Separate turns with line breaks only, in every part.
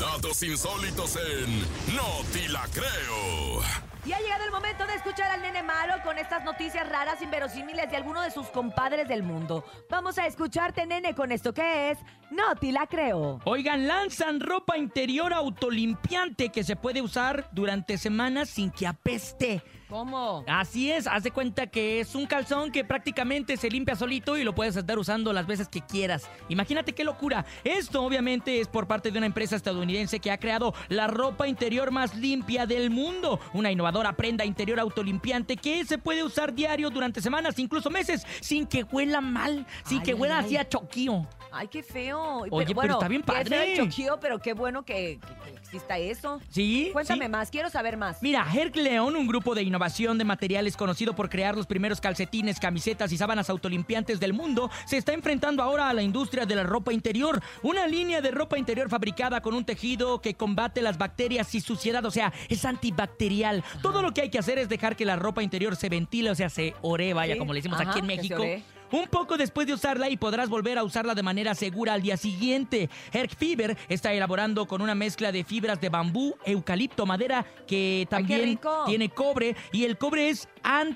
Datos insólitos en No Te La Creo.
Y ha llegado el momento de escuchar al nene malo con estas noticias raras, inverosímiles de alguno de sus compadres del mundo. Vamos a escucharte, nene, con esto que es No Te La Creo.
Oigan, lanzan ropa interior autolimpiante que se puede usar durante semanas sin que apeste.
¿Cómo?
Así es, haz de cuenta que es un calzón que prácticamente se limpia solito y lo puedes estar usando las veces que quieras. Imagínate qué locura. Esto obviamente es por parte de una empresa estadounidense que ha creado la ropa interior más limpia del mundo. Una innovadora prenda interior autolimpiante que se puede usar diario durante semanas, incluso meses, sin que huela mal, sin
Ay,
que huela
ay,
así
ay.
a choquío.
Ay, qué feo. Y
Oye, pero
bueno,
está bien
qué
padre.
feo el choquío, pero qué bueno que, que- que exista eso.
¿Sí?
Cuéntame
sí.
más, quiero saber más.
Mira, Herc León, un grupo de innovación de materiales conocido por crear los primeros calcetines, camisetas y sábanas autolimpiantes del mundo, se está enfrentando ahora a la industria de la ropa interior. Una línea de ropa interior fabricada con un tejido que combate las bacterias y suciedad, o sea, es antibacterial. Todo lo que hay que hacer es dejar que la ropa interior se ventile, o sea, se ore, vaya,
Sí,
como le decimos
ajá,
aquí en
que se
México.
ore.
Un poco después de usarla y podrás volver a usarla de manera segura al día siguiente. Herc Fiber está elaborando con una mezcla de fibras de bambú, eucalipto, madera, que
Ay, qué
también
rico.
tiene cobre y el cobre es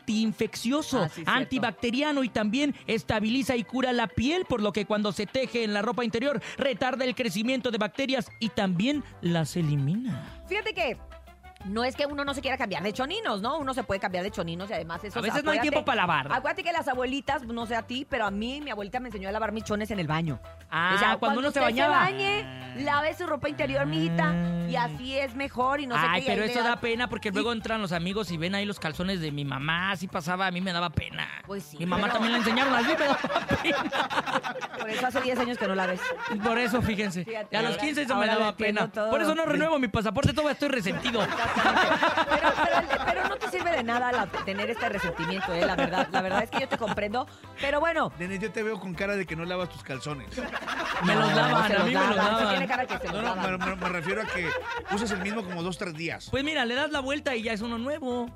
antiinfeccioso,
Ah, sí, cierto.
antibacteriano y también estabiliza y cura la piel, por lo que cuando se teje en la ropa interior retarda el crecimiento de bacterias y también las elimina.
Fíjate que no es que uno no se quiera cambiar de choninos, ¿no? Uno se puede cambiar de choninos y además eso.
A veces no hay tiempo para lavar.
Acuérdate que las abuelitas, no sé a ti, pero a mí mi abuelita me enseñó a lavar mis chones en el baño.
Ah,
O sea,
cuando, uno se
usted
bañaba. Ah.
bañe, lave su ropa interior, mijita, y así es mejor y no sé
Ay,
qué. y
pero
ahí le
eso
da-
da pena porque luego entran los amigos y ven ahí los calzones de mi mamá. Así pasaba, a mí me daba pena.
Pues sí,
Mi mamá
pero-
también la enseñaron así, me daba pena.
Por eso hace 10 años que no la ves.
Por eso, fíjense.
Fíjate,
a los
ahora-
15 eso me
ahora lo
daba
entiendo
pena.
todo.
Por eso no renuevo mi pasaporte, todavía estoy resentido.
Pero, pero- pero no te sirve de nada la- tener este resentimiento, ¿eh? La verdad, la verdad es que yo te comprendo. Pero bueno,
Nene, yo te veo con cara de que no lavas tus calzones.
Me los
No,
daban,
se
a
los
mí me los
daban. Eso tiene
daban.
cara que se los
No, no, me,
daban.
me- me refiero a que usas el mismo como dos, tres días.
Pues mira, le das la vuelta y ya es uno nuevo.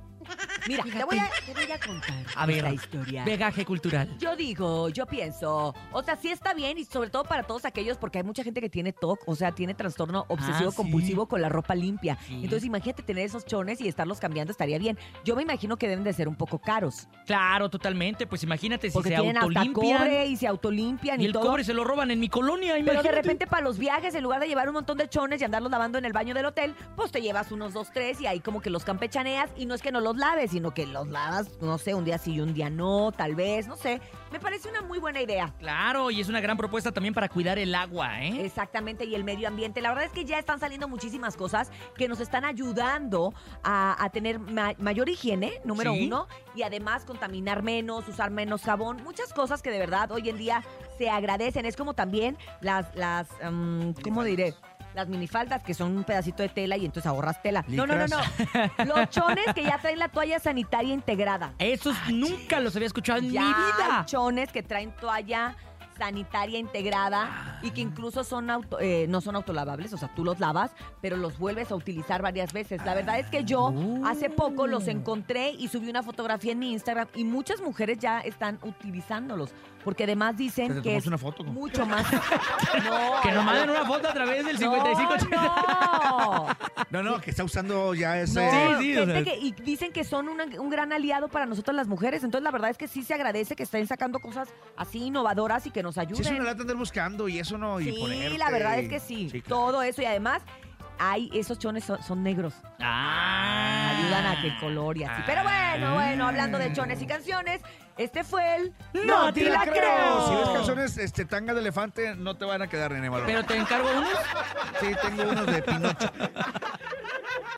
Mira, te voy, a, te voy a contar
A ver,
esta historia.
Vegaje cultural.
Yo digo, yo pienso, o sea, sí está bien y sobre todo para todos aquellos, porque hay mucha gente que tiene TOC, o sea, tiene trastorno obsesivo
Ah, sí.
compulsivo con la ropa limpia.
Sí.
Entonces, imagínate tener esos chones y estarlos cambiando, estaría bien. Yo me imagino que deben de ser un poco caros,
Claro, totalmente. Pues imagínate si
porque
se
tienen hasta
autolimpian.
cobre y se autolimpian
Y
y,
el
todo.
cobre se lo roban en mi colonia,
pero
imagínate.
de repente para los viajes, en lugar de llevar un montón de chones y andarlos lavando en el baño del hotel, pues te llevas unos dos, tres y ahí como que los campechaneas y no es que no los laves, sino que los lavas, no sé, un día sí y un día no, tal vez, no sé. Me parece una muy buena idea.
Claro, y es una gran propuesta también para cuidar el agua, ¿eh?
Exactamente, y el medio ambiente. La verdad es que ya están saliendo muchísimas cosas que nos están ayudando a, a tener ma- mayor higiene, número
Sí.
uno, y además contaminar menos, usar menos jabón, muchas cosas que de verdad hoy en día se agradecen. Es como también las, las mm, ¿cómo diré? Las minifaldas, que son un pedacito de tela y entonces ahorras tela. No, no, no, no. Los chones que ya traen la toalla sanitaria integrada.
Esos nunca los había escuchado en
Ya
mi
hay
vida.
chones que traen toalla sanitaria integrada y que incluso son auto- eh, no son autolavables, o sea, tú los lavas, pero los vuelves a utilizar varias veces. La verdad es que yo hace poco los encontré y subí una fotografía en mi Instagram y muchas mujeres ya están utilizándolos, porque además
¿Te
dicen que
tomaste
es
una foto? con-
mucho más... No,
Que nos manden una foto a través del
no,
55.
no.
No, no, que está usando ya ese...
No,
Sí, sí, o
gente
sea.
que- y dicen que son una- un gran aliado para nosotras las mujeres. Entonces, la verdad es que sí se agradece que estén sacando cosas así innovadoras y que nos ayuden.
Sí, es una lata andar buscando y eso no.
Sí,
y ponerte
la verdad es
y-
que sí.
claro.
Todo eso. Y además, hay, esos chones son, son negros.
Ah.
Ayudan a que el color y así. Pero bueno, bueno, hablando de chones y canciones, este fue el
No te la creo.
Si ves calzones este, tanga de elefante, no te van a quedar, nene, malo.
Pero te encargo unos.
Sí, tengo unos de Pinocho.